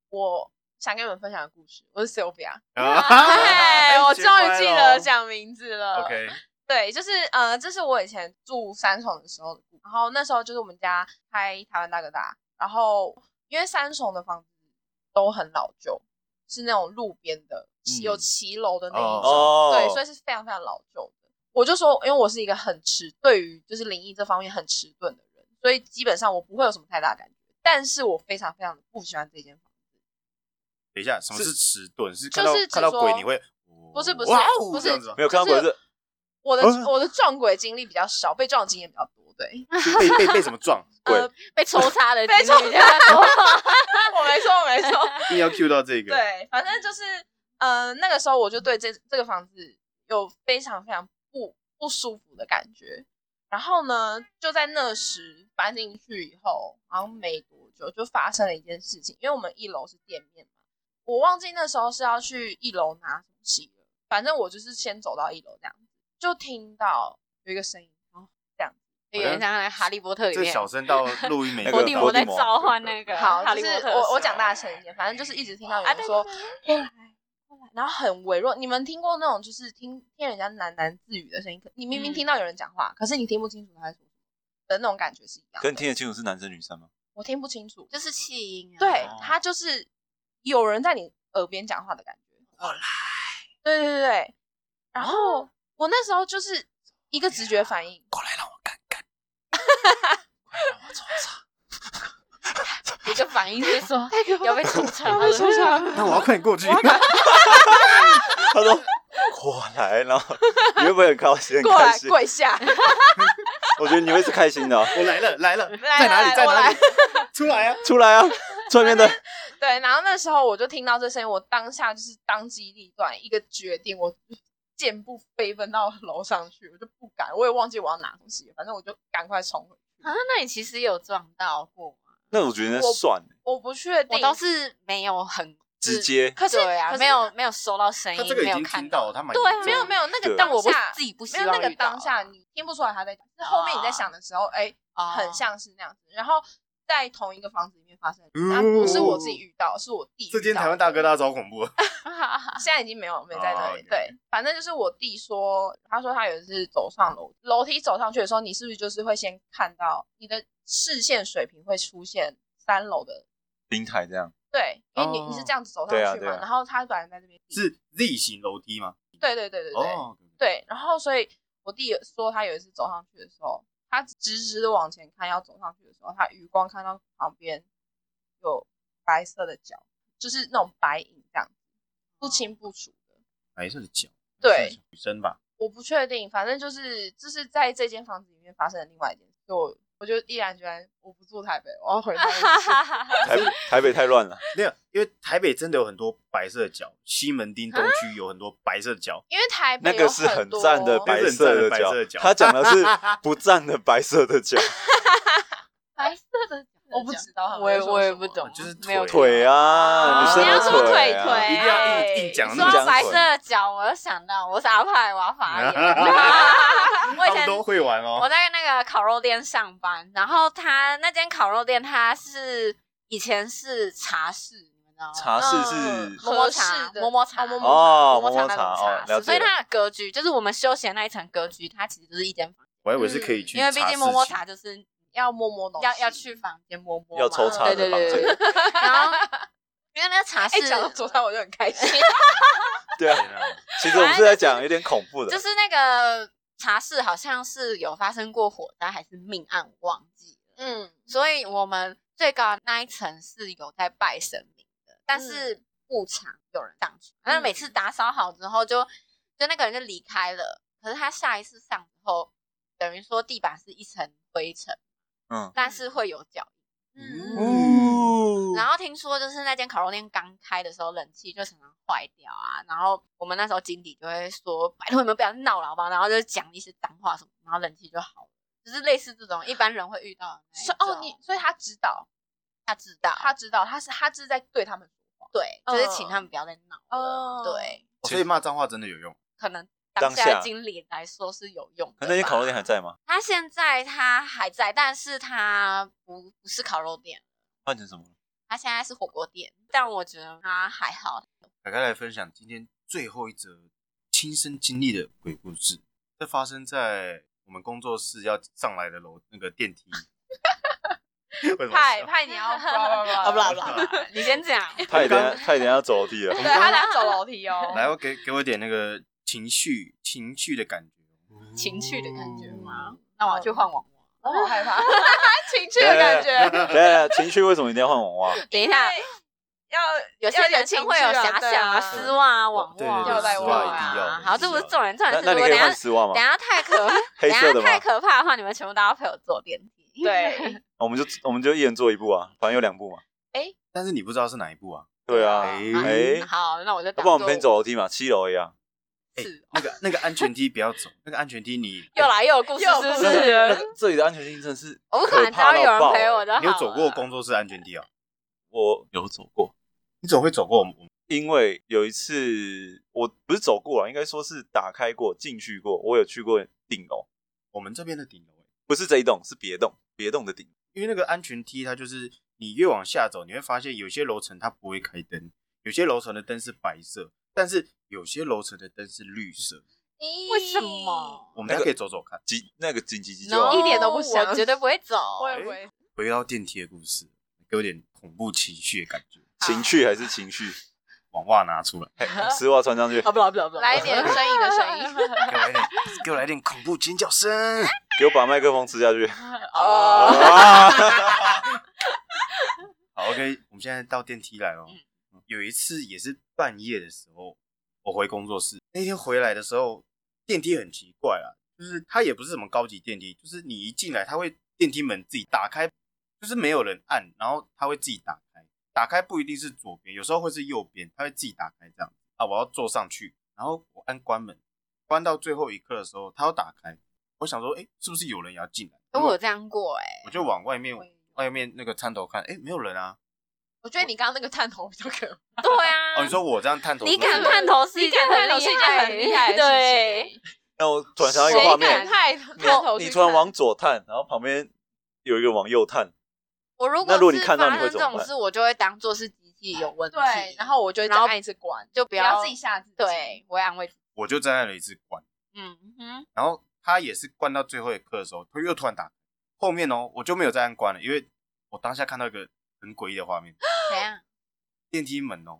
S3: 我想跟你们分享的故事，我是 Sylvia，
S1: 哎
S3: 对，我终于记
S1: 学
S3: 得。
S1: 乖咯
S3: 讲名字了。
S1: OK，
S3: 对，就是呃，这是我以前住三重的时候的故事然后那时候就是我们家开台湾大哥大，然后因为三重的房子都很老旧，是那种路边的，
S2: 嗯
S3: 有骑楼的那一种，
S2: 哦，
S3: 对，所以是非常非常老旧的。我就说，因为我是一个很迟对于就是灵异这方面很迟钝的人，所以基本上我不会有什么太大感觉。但是我非常非常的不喜欢这间房子，
S1: 等一下，什么是迟钝？是看
S3: 就
S1: 到
S3: 是指
S1: 看到鬼
S3: 说
S1: 你会
S3: 不是不是
S1: 哇哦
S3: 不是
S1: 这样子吗
S2: 没有看到鬼
S3: 就是
S2: 是
S3: 我的
S2: 嗯
S3: 我的撞鬼经历比较少，被撞的经验比较多。对，
S1: 是被被被什么撞？
S2: 鬼
S3: 呃
S4: 被抽插的
S3: 被
S4: 经历
S3: 抽
S4: 比较多
S3: 我没错，我没 错。
S1: 一定要 cue 到这个。，
S3: 对，反正就是，呃，那个时候我就对这这个房子有非常非常不不舒服的感觉。然后呢，就在那时搬进去以后，好像没多久就发生了一件事情，因为我们一楼是店面嘛，我忘记那时候是要去一楼拿什么东西了。反正我就是先走到一楼这样子，就听到有一个声音，然后这样子。
S4: 有点像那个《哈利波特》里
S1: 这
S4: 面
S1: 小声到录音没
S2: 那
S4: 伏
S2: 个
S4: 地
S2: 伏
S4: 魔
S2: 地
S4: 在
S2: 魔
S4: 召唤那个
S3: 好，
S4: 哈
S3: 就
S4: 利波
S3: 是
S4: 特的时候。
S3: 我我讲大声一点，反正就是一直听到有
S4: 啊，
S3: 人
S4: 对
S3: 说
S4: 对对对
S3: 过来过来，然后很微弱。你们听过那种就是听听人家喃喃自语的声音，可你明明
S4: 嗯
S3: 听到有人讲话，可是你听不清楚他在说什么的那种感觉是一样的。
S2: 跟听得清楚是男生女生吗？
S3: 我听不清楚，
S4: 就
S3: 就
S4: 是气音啊。
S2: 哦
S3: 对他就是有人在你耳边讲话的感觉。
S2: 哦
S3: 过来。对对对对，然后我那时候就是一个直觉反应，
S2: 过来让我看看，
S4: 一个反应是说要被抽插
S3: 要被抽
S4: 了。
S1: 那我要快点过去。
S2: 他说 过来，然后你会不会很高兴？很
S3: 过
S2: 开
S3: 来
S2: 心？
S3: 跪下，
S2: 我觉得你会是开心的啊，
S1: 我来了，来了，
S3: 来
S1: 在哪里？
S3: 来
S1: 在
S3: 我
S1: 哪
S3: 来
S1: 里？出来 啊！
S2: 出来啊，出外面的
S3: 对，然后那时候我就听到这声音，我当下就是当机立断，一个决定，我箭步飞奔到楼上去，我就不敢，我也忘记我要拿东西了，反正我就赶快冲回去。
S4: 啊，那你其实有撞到过吗？
S2: 那我觉得
S3: 我
S2: 算了，
S3: 我不确定，
S4: 我倒是没有很
S2: 直，接
S3: 可是
S4: 对啊，
S3: 可是
S4: 没有没有收到声
S1: 他
S4: 音
S1: 这个，已
S4: 没有
S1: 经
S4: 看
S1: 听到了，他蛮
S3: 对啊，
S1: 严重
S3: 没有
S1: 的
S3: 没有那个
S2: 对
S4: 但
S3: 当下，
S4: 我不自己不希
S3: 没有
S4: 望
S3: 那个
S4: 遇到啊
S3: 当下你听不出来他在讲，是后面你在想的时候，哎、
S4: 哦
S3: 很像是那样子。然后在同一个房子里面发生，然啊后不是我自己遇到，是我弟遇到
S1: 嗯这
S3: 的。
S1: 间台湾大哥大超恐怖。
S3: 现在已经没有没在那
S1: 哦
S3: 里。
S1: ，OK
S3: 对，反正就是我弟说，他说他有一次走上楼楼梯走上去的时候，你是不是就是会先看到你的视线水平会出现三楼的？
S2: 平台这样，
S3: 对，因为你、
S1: 哦
S3: 你是这样子走上
S2: 对啊
S3: 去嘛，
S2: 对啊
S3: 然后他本来在这边，
S1: 是 Z 型楼梯吗？
S3: 对对对对对、
S1: 哦，
S3: 对，然后所以我弟有说他有一次走上去的时候，他直直的往前看要走上去的时候，他余光看到旁边有白色的脚，就是那种白影这样子，不清不楚的。
S1: 白色的脚，
S3: 对，
S1: 女生吧？
S3: 我不确定，反正就是就是在这间房子里面发生的另外一件事，所以我我就毅然决然我不住台北，我要回台北。
S2: 台北台北太乱了，
S1: 没有，因为台北真的有很多白色的脚，西门町东区有很多白色的脚。
S3: 因为台北
S2: 那个是很
S3: 多
S2: 赞的白
S1: 那
S2: 色
S1: 是很赞的白色的
S2: 脚
S1: 脚，啊
S2: 他讲的是不赞的白色的脚，
S4: 白色的，
S3: 我不知道他们
S4: 我也
S3: 在说
S4: 我也
S3: 什么
S4: 不懂，
S1: 就是
S4: 没有
S1: 腿
S2: 腿啊，
S4: 啊
S2: 女生
S4: 你要说
S2: 的
S4: 腿
S2: 啊
S4: 腿
S1: 一定要硬硬讲
S4: 你
S1: 那
S4: 说
S1: 么讲
S2: 讲
S4: 到白色
S1: 腿
S4: 的脚，我就想到我是阿派，我要 发言。我以
S1: 他们
S4: 前
S1: 都会玩
S4: 我
S1: 哦。
S4: 在那个烤肉店上班，然后他那间烤肉店，他是以前是茶室，你们知道吗？
S2: 茶室是
S4: 摸摸
S3: 合适
S4: 茶，
S3: 的
S4: 摸摸茶，
S3: 哦摸
S2: 哦
S4: 摸
S2: 摸摸茶
S4: 那种
S2: 哦
S4: 茶
S2: 了解
S4: 室，所以
S2: 了
S4: 它的格局就是我们休闲那一层格局，它其实就是一间房，
S1: 我还以为是可以去，
S4: 因为毕竟摸摸茶就是
S3: 要摸摸东西，
S4: 要要去房间摸摸嘛，
S2: 要抽查
S4: 对
S2: 的
S4: 对
S2: 房
S4: 对对
S2: 间，
S4: 对，然后因为那个茶室
S3: 哎，讲到走上我就很 开心。
S2: 对啊， 其实我们是在讲有点恐怖的
S4: 就，是那个茶室好像是有发生过火灾还是命案，我忘记了。
S3: 嗯，
S4: 所以我们最高的那一层是有在拜神明的，
S3: 嗯
S4: 但是不常有人上去。那、每次打扫好之后就，就那个人就离开了。可是他下一次上之后，等于说地板是一层灰尘，
S2: 嗯，
S4: 但是会有脚印。
S1: 嗯，
S4: 然后听说就是那间烤肉店刚开的时候，冷气就常常坏掉啊。然后我们那时候经理就会说：“拜托你们不要闹了，好不好？”然后就讲一些脏话什么，然后冷气就好了。就是类似这种一般人会遇到的那一
S3: 所
S4: 种
S3: 以。哦，你所以他知道，
S4: 他知道，
S3: 他知道，他是他是在对他们说话。
S4: 对，
S3: 嗯
S4: 就是请他们不要再闹了。
S3: 哦
S4: 对，
S1: 所以骂脏话真的有用。
S4: 可能
S2: 当
S4: 当下
S2: 下
S4: 的经理来说是有用的吧。
S2: 可那间烤肉店还在吗？
S4: 他现在他还在，但是他不不是烤肉店，
S2: 换成什么？
S4: 他现在是火锅店。但我觉得他还好，
S1: 打开来分享今天最后一则亲身经历的鬼故事，这发生在我们工作室要上来的楼那个电 梯。为什么
S3: 派
S1: 笑
S3: 派 你要
S4: 啊
S3: 不
S4: 不啦不啦，不啦你先讲。
S2: 他也等下他也等下要走楼梯了
S3: 对，他俩走楼梯哦。
S1: 来，我给给我一点那个情绪情绪的感觉， 哦
S4: 情趣的感觉吗？那我要去换网网。
S3: 我哦好害怕，情趣的感觉。
S2: 对，情绪为什么一定要换网袜？
S4: 等一下，
S3: 要
S4: 有些
S3: 要
S4: 人
S3: 情
S4: 会
S3: 绪
S4: 有
S3: 啊
S4: 遐
S3: 对
S4: 想
S3: 啊，
S4: 丝袜啊、网
S1: 对
S4: 袜啊、
S1: 对
S3: 对丝袜一定要
S4: 啊
S1: 的
S4: 好，这不是
S1: 丝袜
S4: 重点，重
S2: 那
S4: 点
S2: 那你可
S4: 是我等
S2: 以
S4: 一下
S2: 换丝袜吗
S4: 等一？下 太可，
S2: 黑
S4: 等一
S2: 色
S4: 下
S2: 的吗
S4: 太？可怕的话，你们全部都要陪我坐电梯。
S3: 对，
S2: 我们就我们就一人做一步啊，反正有两步嘛。
S1: 但是你不知道是哪一部啊？
S2: 对啊，
S1: 哎
S2: 哎，
S4: 嗯好，那我就
S2: 要不
S4: 当做
S2: 然我们先走楼梯嘛，七楼一样。
S4: 是
S1: 那个那个安全梯不要走，那个安全梯你
S4: 又来又有故事，
S3: 又有
S4: 是不
S3: 故
S2: 那个那
S4: 是？
S2: 个这里的安全性真的是
S4: 我不
S2: 可
S4: 管，只要
S2: 怕到
S4: 有人
S2: 爆
S4: 陪
S2: 欸
S4: 我就好了。啊
S1: 你有走过工作室安全梯哦？
S2: 我有走过，
S1: 你总会走过我们？
S2: 因为有一次我不是走过了，应该说是打开过、进去过。我有去过顶楼，
S1: 我们这边的顶楼欸，
S2: 不是这一栋，是别栋，别栋的顶。
S1: 因为那个安全梯它就是你越往下走，你会发现有些楼层它不会开灯，有些楼层的灯是白色，但是有些楼层的灯是绿色。
S3: 咦
S4: 为什么？
S1: 我们
S2: 那
S1: 家
S2: 个
S1: 可以走走看。
S2: 紧那个紧急急救
S4: No，
S2: 啊，
S3: 一点都不想
S4: 我绝对不会走。
S3: 我
S2: 哎
S3: 以为
S1: 回到电梯的故事，有点恐怖情绪的感觉，
S2: 情趣还是情 绪，
S1: 网袜拿出 来，
S2: 嘿丝袜穿上去，
S4: 啊，不了不了不了，
S3: 来一点呻吟的声音。
S1: 给我来点，给我来点恐怖尖叫声。
S2: 给我把麦克风吃下去。
S4: 哦。
S2: 啊，
S1: 好，OK，我们现在到电梯来了。
S4: 嗯
S1: 有一次也是半夜的时候，我回工作室，那天回来的时候，电梯很奇怪啊，就是它也不是什么高级电梯，就是你一进来，它会电梯门自己打开，就是没有人按，然后它会自己打开，打开不一定是左边，有时候会是右边，它会自己打开这样。啊，我要坐上去，然后我按关门，关到最后一刻的时候，它要打开，我想说，哎、是不是有人也要进来？
S4: 我有这样过哎，
S1: 我就往外面
S4: 我也有
S1: 外面那个探头看，哎、没有人啊。
S3: 我觉得你刚刚那个探头比较可怕，
S4: 对啊。
S1: 哦，你说我这样探头出去，
S4: 你敢探头是一件很
S3: 你敢探头是一件很厉害的事情
S4: 对，
S2: 那我突然想到一个
S4: 谁
S2: 画
S4: 敢
S2: 面，
S3: 太
S2: 你
S3: 探头去看
S2: 你突然往左探，然后旁边有一个往右探，
S4: 我如
S2: 那如果
S4: 果
S2: 你
S4: 是
S2: 看到
S4: 发
S2: 你会
S4: 生
S2: 怎
S4: 这
S2: 么办
S4: 种事，我就会当做是机器有问题，
S3: 对，然后我就会再
S4: 然后
S3: 按一次关，
S4: 就不
S3: 不
S4: 要
S3: 要自己吓自己。
S4: 对，我会安慰自己，
S1: 我就站在那里一直关，
S4: 嗯哼，
S1: 然后他也是关到最后一刻的时候，他又突然打开后面哦，我就没有再按关了，因为我当下看到一个很诡异的画面，
S4: 怎样？
S1: 电梯门哦，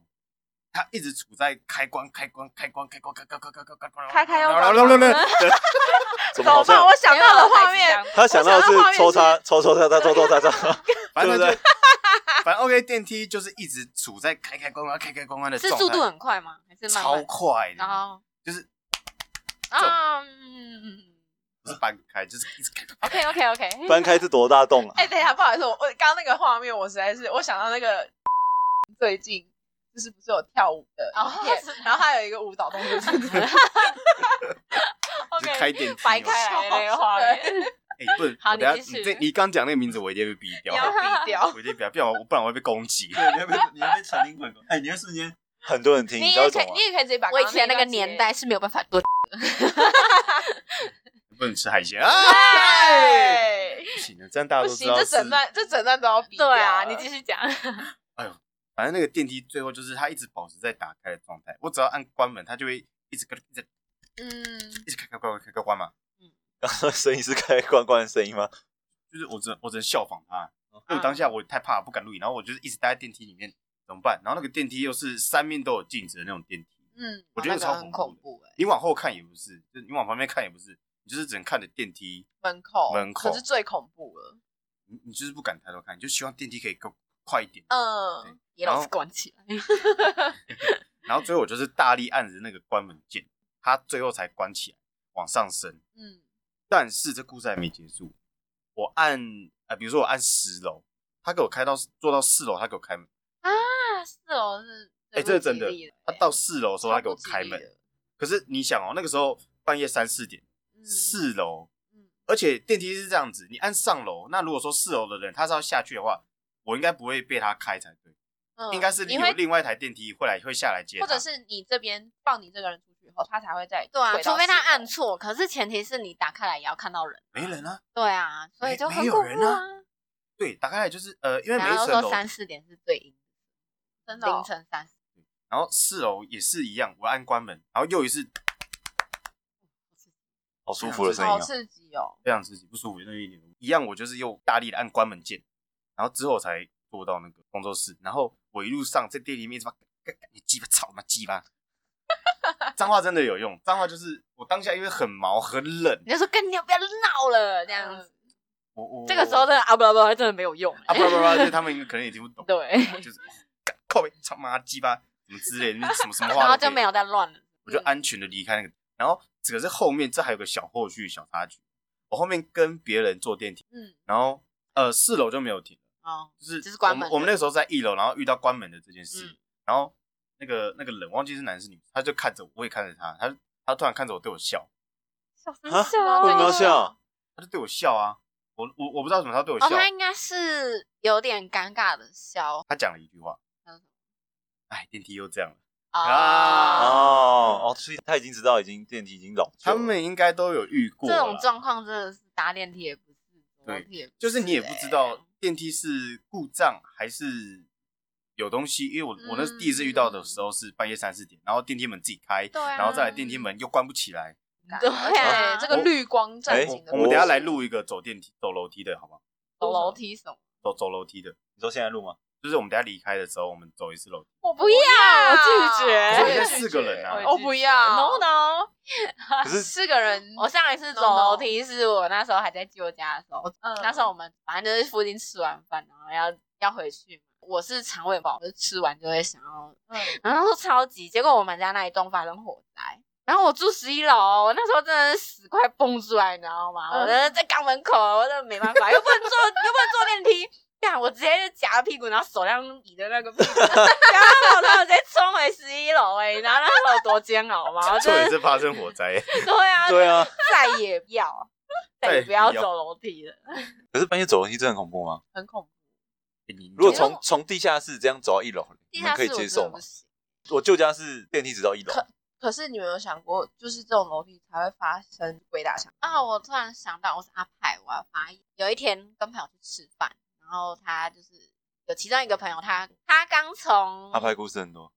S1: 它一直处在开关、开关、开关、开关、开关、开关、开关、开
S3: 开开又关
S1: 然后然后然 后
S2: 怎么好
S3: 怎么办？
S2: 像
S3: 我想到的画
S4: 因为
S3: 面
S4: 我，
S2: 他想到的
S3: 我想到画
S2: 是
S3: 面
S2: 抽插抽抽插插抽抽插插，
S1: 反正就
S2: 对不
S1: 反正 OK，电梯就是一直处在开开关关、开开关关的
S4: 是
S1: 状态，
S4: 速度很快吗？还是慢
S1: 超
S4: 慢？哦
S1: 快
S4: 然
S1: 的，
S4: 后
S1: 就是
S4: 啊，嗯
S1: 不是搬开，就是一 直开。
S4: ，OK OK OK，
S2: 翻开是多大洞啊？
S3: 哎，等一下，不好意思，我我刚刚那个画面，我实在是我想到那个 最近就是不是有跳舞的影片
S4: 哦是，
S3: 然后还有一个舞蹈动作 是
S1: 就是开电梯哦，
S4: 白开来的那个画面，
S1: 哎，不能，
S4: 好
S1: 我等下
S4: 你继续
S1: 你这你刚讲那个名字，我一定会逼掉
S3: 你。要逼掉。
S1: 我一定不要，不然我不然我会被攻击。
S2: 你会被你会被传灵魂哎，你会瞬间很多人听，
S3: 你
S2: 知道为
S3: 也
S2: 什
S3: 可
S2: 么
S3: 以，
S2: 吗
S3: 你？也可以直接把
S4: 我以
S3: 刚刚
S4: 前那
S3: 段
S4: 个
S3: 截
S4: 年代是没有办法多
S1: 不能吃海鲜啊！
S3: 对，
S1: 不行的，这样大家
S3: 不
S1: 都知
S3: 行，
S1: 道
S3: 这
S1: 是。
S3: 整段这整段都要比。
S4: 对啊，你继续讲。
S1: 反正那个电梯最后就是它一直保持在打开的状态，我只要按关门，它就会一直跟一直
S3: 嗯，
S1: 一直开开关关开开关嘛。
S2: 刚刚 声音是开关关的声音吗？
S1: 就是我只能我只能效仿它，
S3: 哦
S1: 因为我当下我太怕不敢录影，然后我就是一直待在电梯里面怎么办？然后那个电梯又是三面都有镜子的那种电梯，
S3: 嗯，
S1: 我觉得
S4: 那
S1: 超
S4: 个
S1: 恐
S4: 很
S1: 怖的
S4: 恐怖哎，
S1: 你往后看也不是，就你往旁边看也不是，你就是只能看着电梯，
S3: 门口
S1: 门口
S3: 可是最恐怖了。
S1: 你你就是不敢抬头看，你就希望电梯可以更快一点。
S3: 嗯，
S4: 也老是关起来。
S1: 然后最后我就是大力按着那个关门键，它最后才关起来，往上升。
S3: 嗯，
S1: 但是这故事还没结束，我按呃，比如说我按十楼，他给我开到坐到四楼，他给我开门。
S4: 啊，四楼是，
S1: 哎、这是真的。他到四楼的时候，他
S4: 他
S1: 给我开门。可是你想哦，那个时候半夜三四点，四楼，
S3: 嗯
S1: 而且电梯是这样子，你按上楼，那如果说四楼的人他是要下去的话，我应该不会被他开才对，
S3: 嗯
S1: 应该是
S3: 你
S1: 有
S3: 会，
S1: 另外一台电梯会来会下来接他，
S3: 或者是你这边放你这个人出去以后，他才会再
S4: 对啊，
S3: 回到
S4: 除非他
S3: 四楼
S4: 按错，可是前提是你打开来也要看到人。
S1: 没人啊。
S4: 对啊，所以
S1: 没
S4: 就
S1: 没
S4: 很
S1: 有
S4: 恐
S1: 人
S4: 怖
S1: 啊。对，打开来就是呃，因为每
S4: 然
S1: 一
S4: 后
S1: 层楼
S4: 都说三四点是最阴，
S3: 真的哦
S4: 凌晨三四，
S1: 然后四楼也是一样，我按关门，然后又一次
S2: 好舒服的声音
S3: 好
S2: 啊！
S3: 刺激哦。
S1: 非常刺激，不舒服，那一点一样，我就是又大力的按关门键，然后之后才坐到那个工作室，然后我一路上在店里面什么，干干你鸡巴操妈鸡巴，脏话真的有用，脏话就是我当下因为很毛很冷，
S4: 你就说跟你不要闹了这
S3: 这
S4: 样子。
S1: 我我
S4: 这个时候真的啊不不不，真的没有用。
S1: 啊不不不，就是他们可能也听不懂，
S4: 对，
S1: 就是靠北他妈鸡巴什么之类的，什么什么话，
S4: 然后就没有，再乱了。
S1: 我就安全的离开那个。然后只可是后面这还有个小后续小插曲，我后面跟别人坐电梯，
S4: 嗯，
S1: 然后呃四楼就没有停，
S4: 哦，
S1: 就是
S4: 就是关
S1: 我们
S4: 门
S1: 我们
S4: 的
S1: 那时候在一楼，然后遇到关门的这件事，
S4: 嗯
S1: 然后那个那个人忘记是男是女，他就看着我，我也看着他，他他突然看着我对我笑，
S4: 小声
S2: 啊
S4: 笑
S2: 为
S3: 为
S2: 什么要
S3: 哦
S2: 笑？
S1: 他就对我笑啊，我我我不知道为什么他对我
S4: 哦，
S1: 笑，
S4: 他应该是有点尴尬的笑
S1: 他讲了一句话
S4: 嗯，
S1: 哎，电梯又这样了。
S4: 啊。
S2: 哦哦，所以他已经知道已经电梯已经老
S1: 他
S2: 旧了，
S1: 们应该都有遇过
S4: 这
S1: 啦，
S4: 种状况真的是搭电梯也不是，走楼梯也不
S1: 就是你也不
S4: 欸
S1: 知道电梯是故障还是有东西，因为我、我那第一次遇到的时候是半夜三四点，然后电梯门自己开，
S3: 对啊，
S1: 然后再来电梯门又关不起来。
S4: 对
S3: 而且这个绿光
S2: 哎
S3: 战警的
S1: 我
S3: 故事，
S1: 们等一下来录一个走电梯、走楼梯的好不好？
S4: 走楼梯什么？
S1: 走走楼梯的，
S2: 你说现在录吗？
S1: 就是我们等一下离开的时候，我们走一次楼梯。
S3: 我
S4: 不要
S1: 可是我们现在
S4: 拒绝
S3: 也拒绝
S1: 四个人啊
S4: 也，
S3: 我哦不要
S4: No No！
S2: 可是
S3: 四个人，
S4: 我上一次走
S3: No, no
S4: 楼梯是我那时候还在舅家的时候，
S3: 嗯
S4: 那时候我们反正就是附近吃完饭，然后要要回去。我是肠胃不好，我就吃完就会想要，
S3: 嗯
S4: 然后超级。结果我们家那一栋发生火灾，然后我住十一楼，我那时候真的是死快蹦出来，你知道吗？
S3: 嗯
S4: 我真的在肛门口，我真的没办法，又不能坐，又不能坐电梯。 干，我直接就夹着屁股，然后手这样倚着那个屁股，然后我然后我直接冲回十一楼哎，你知道那时候有多煎熬吗？我
S1: 这
S4: 真
S1: 也
S4: 的
S1: 是发生火灾，
S4: 对啊，
S2: 对啊，
S4: 再也不要，再也不要走楼梯了，
S2: 可是半夜走楼梯真的很恐怖吗？
S4: 很恐怖。
S1: 哎你
S2: 如果
S4: 从
S2: 从从地下室这样走到一楼，
S4: 地
S2: 你们
S4: 下
S2: 可
S4: 室
S2: 以
S4: 我
S2: 接
S4: 真的
S2: 受吗
S4: 不？行，
S2: 我舅家是电梯直到一楼，
S3: 可是你们有想过，就是这种楼梯才会发生鬼打墙？
S4: 啊、我突然想到，我是阿派，我要发言。有一天跟朋友去吃饭，然后他就是有其中一个朋友，他他刚从
S2: 他拍故事很多，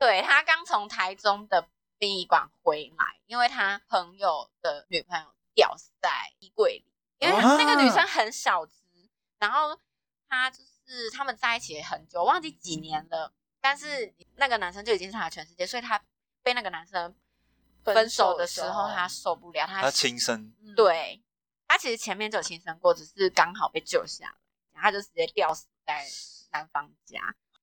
S4: 对他刚从台中的殡仪馆回来，因为他朋友的女朋友吊死在衣柜里，因为
S2: 啊
S4: 那个女生很小只，然后他就是他们在一起很久，忘记几年了，但是那个男生就已经是他的全世界，所以他被那个男生分手的时
S3: 分手
S4: 候，
S3: 的时候
S4: 他受不了，
S3: 嗯
S4: 他
S2: 他亲 身
S4: 对他其实前面就有轻生过，只是刚好被救下来，然后他就直接吊死在男方家。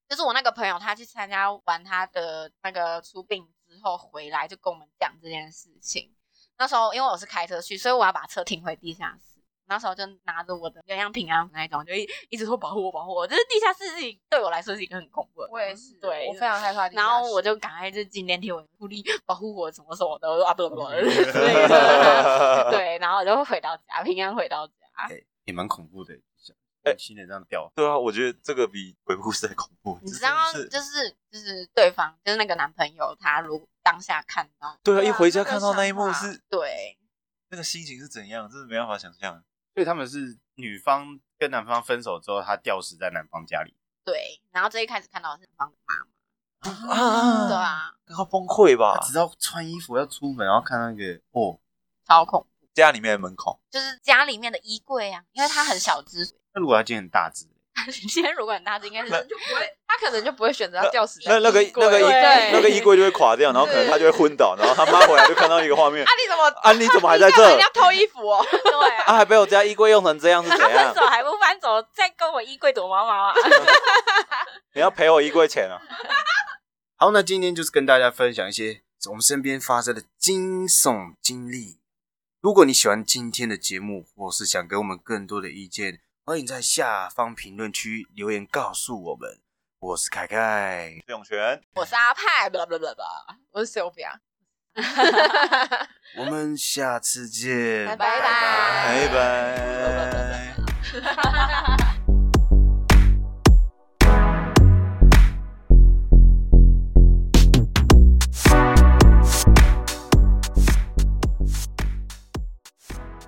S4: 就是我那个朋友，他去参加完他的那个出殡之后回来，就跟我们讲这件事情。那时候因为我是开车去，所以我要把车停回地下室。那时候就拿着我的鸳鸯平啊安符那一种，就一一直说保护我，保护我。就是地下室是一对我来说是一个很恐怖的地方，
S3: 我也是，
S4: 对，
S3: 我非常害怕地下
S4: 然
S3: 室。
S4: 后我就赶快就进电梯，我鼓励保护我什么什么的，我说啊不不
S3: 哦
S4: 不，之类 的对，然后我就回到家，平安回到家。
S1: 也蛮恐怖的，
S2: 哎
S1: 新的这样掉，
S2: 对啊，我觉得这个比鬼故事还恐怖。
S4: 你
S2: 这
S4: 知道，
S2: 真的是
S4: 就是就是对方，就是那个男朋友，他如果当下看到，
S2: 对啊，
S3: 对啊
S2: 一回家
S3: 那个
S2: 看到那一
S3: 想
S2: 幕
S3: 法
S2: 是
S4: 对，
S2: 那个心情是怎样，真的没办法想象。
S1: 所以他们是女方跟男方分手之后，他吊死在男方家里，
S4: 对，然后最一开始看到的是男方的妈妈，
S3: 嗯
S2: 啊
S4: 对啊，
S2: 要崩溃吧
S1: 他？只要穿衣服要出门，然后看到一个哦，
S4: 超恐怖，
S2: 家里面的门口，
S4: 就是家里面的衣柜啊，因为他很小只，
S1: 那如果他今天很大只，
S4: 今天如果很大只，应该是
S2: 那
S3: 就不会，他可能就不会选择要吊死在
S2: 那那个
S3: 衣柜
S2: 那个衣
S4: 对
S2: 那个衣柜就会垮掉，然后可能他就会昏倒，然后他妈回来就看到一个画面
S3: 啊，你怎么
S2: 啊，你怎么还在
S3: 你干嘛啊人
S2: 这
S3: 家？偷衣服 哦，
S4: 对啊，
S2: 啊，还被我家衣柜用成这样是
S4: 然
S2: 怎
S4: 后分
S2: 样？
S4: 手还不搬走，再跟我衣柜躲猫猫啊，
S2: 你要赔我衣柜钱啊！
S1: 好，那今天就是跟大家分享一些我们身边发生的惊悚经历。如果你喜欢今天的节目，或是想给我们更多的意见，欢迎在下方评论区留言告诉我们。我是凯凯，
S2: 永泉，
S4: 我是阿派，blah blah blah blah
S3: 我是 Sylvia。
S1: 我们下次见，
S3: 拜拜
S2: 拜
S3: 拜
S2: 拜。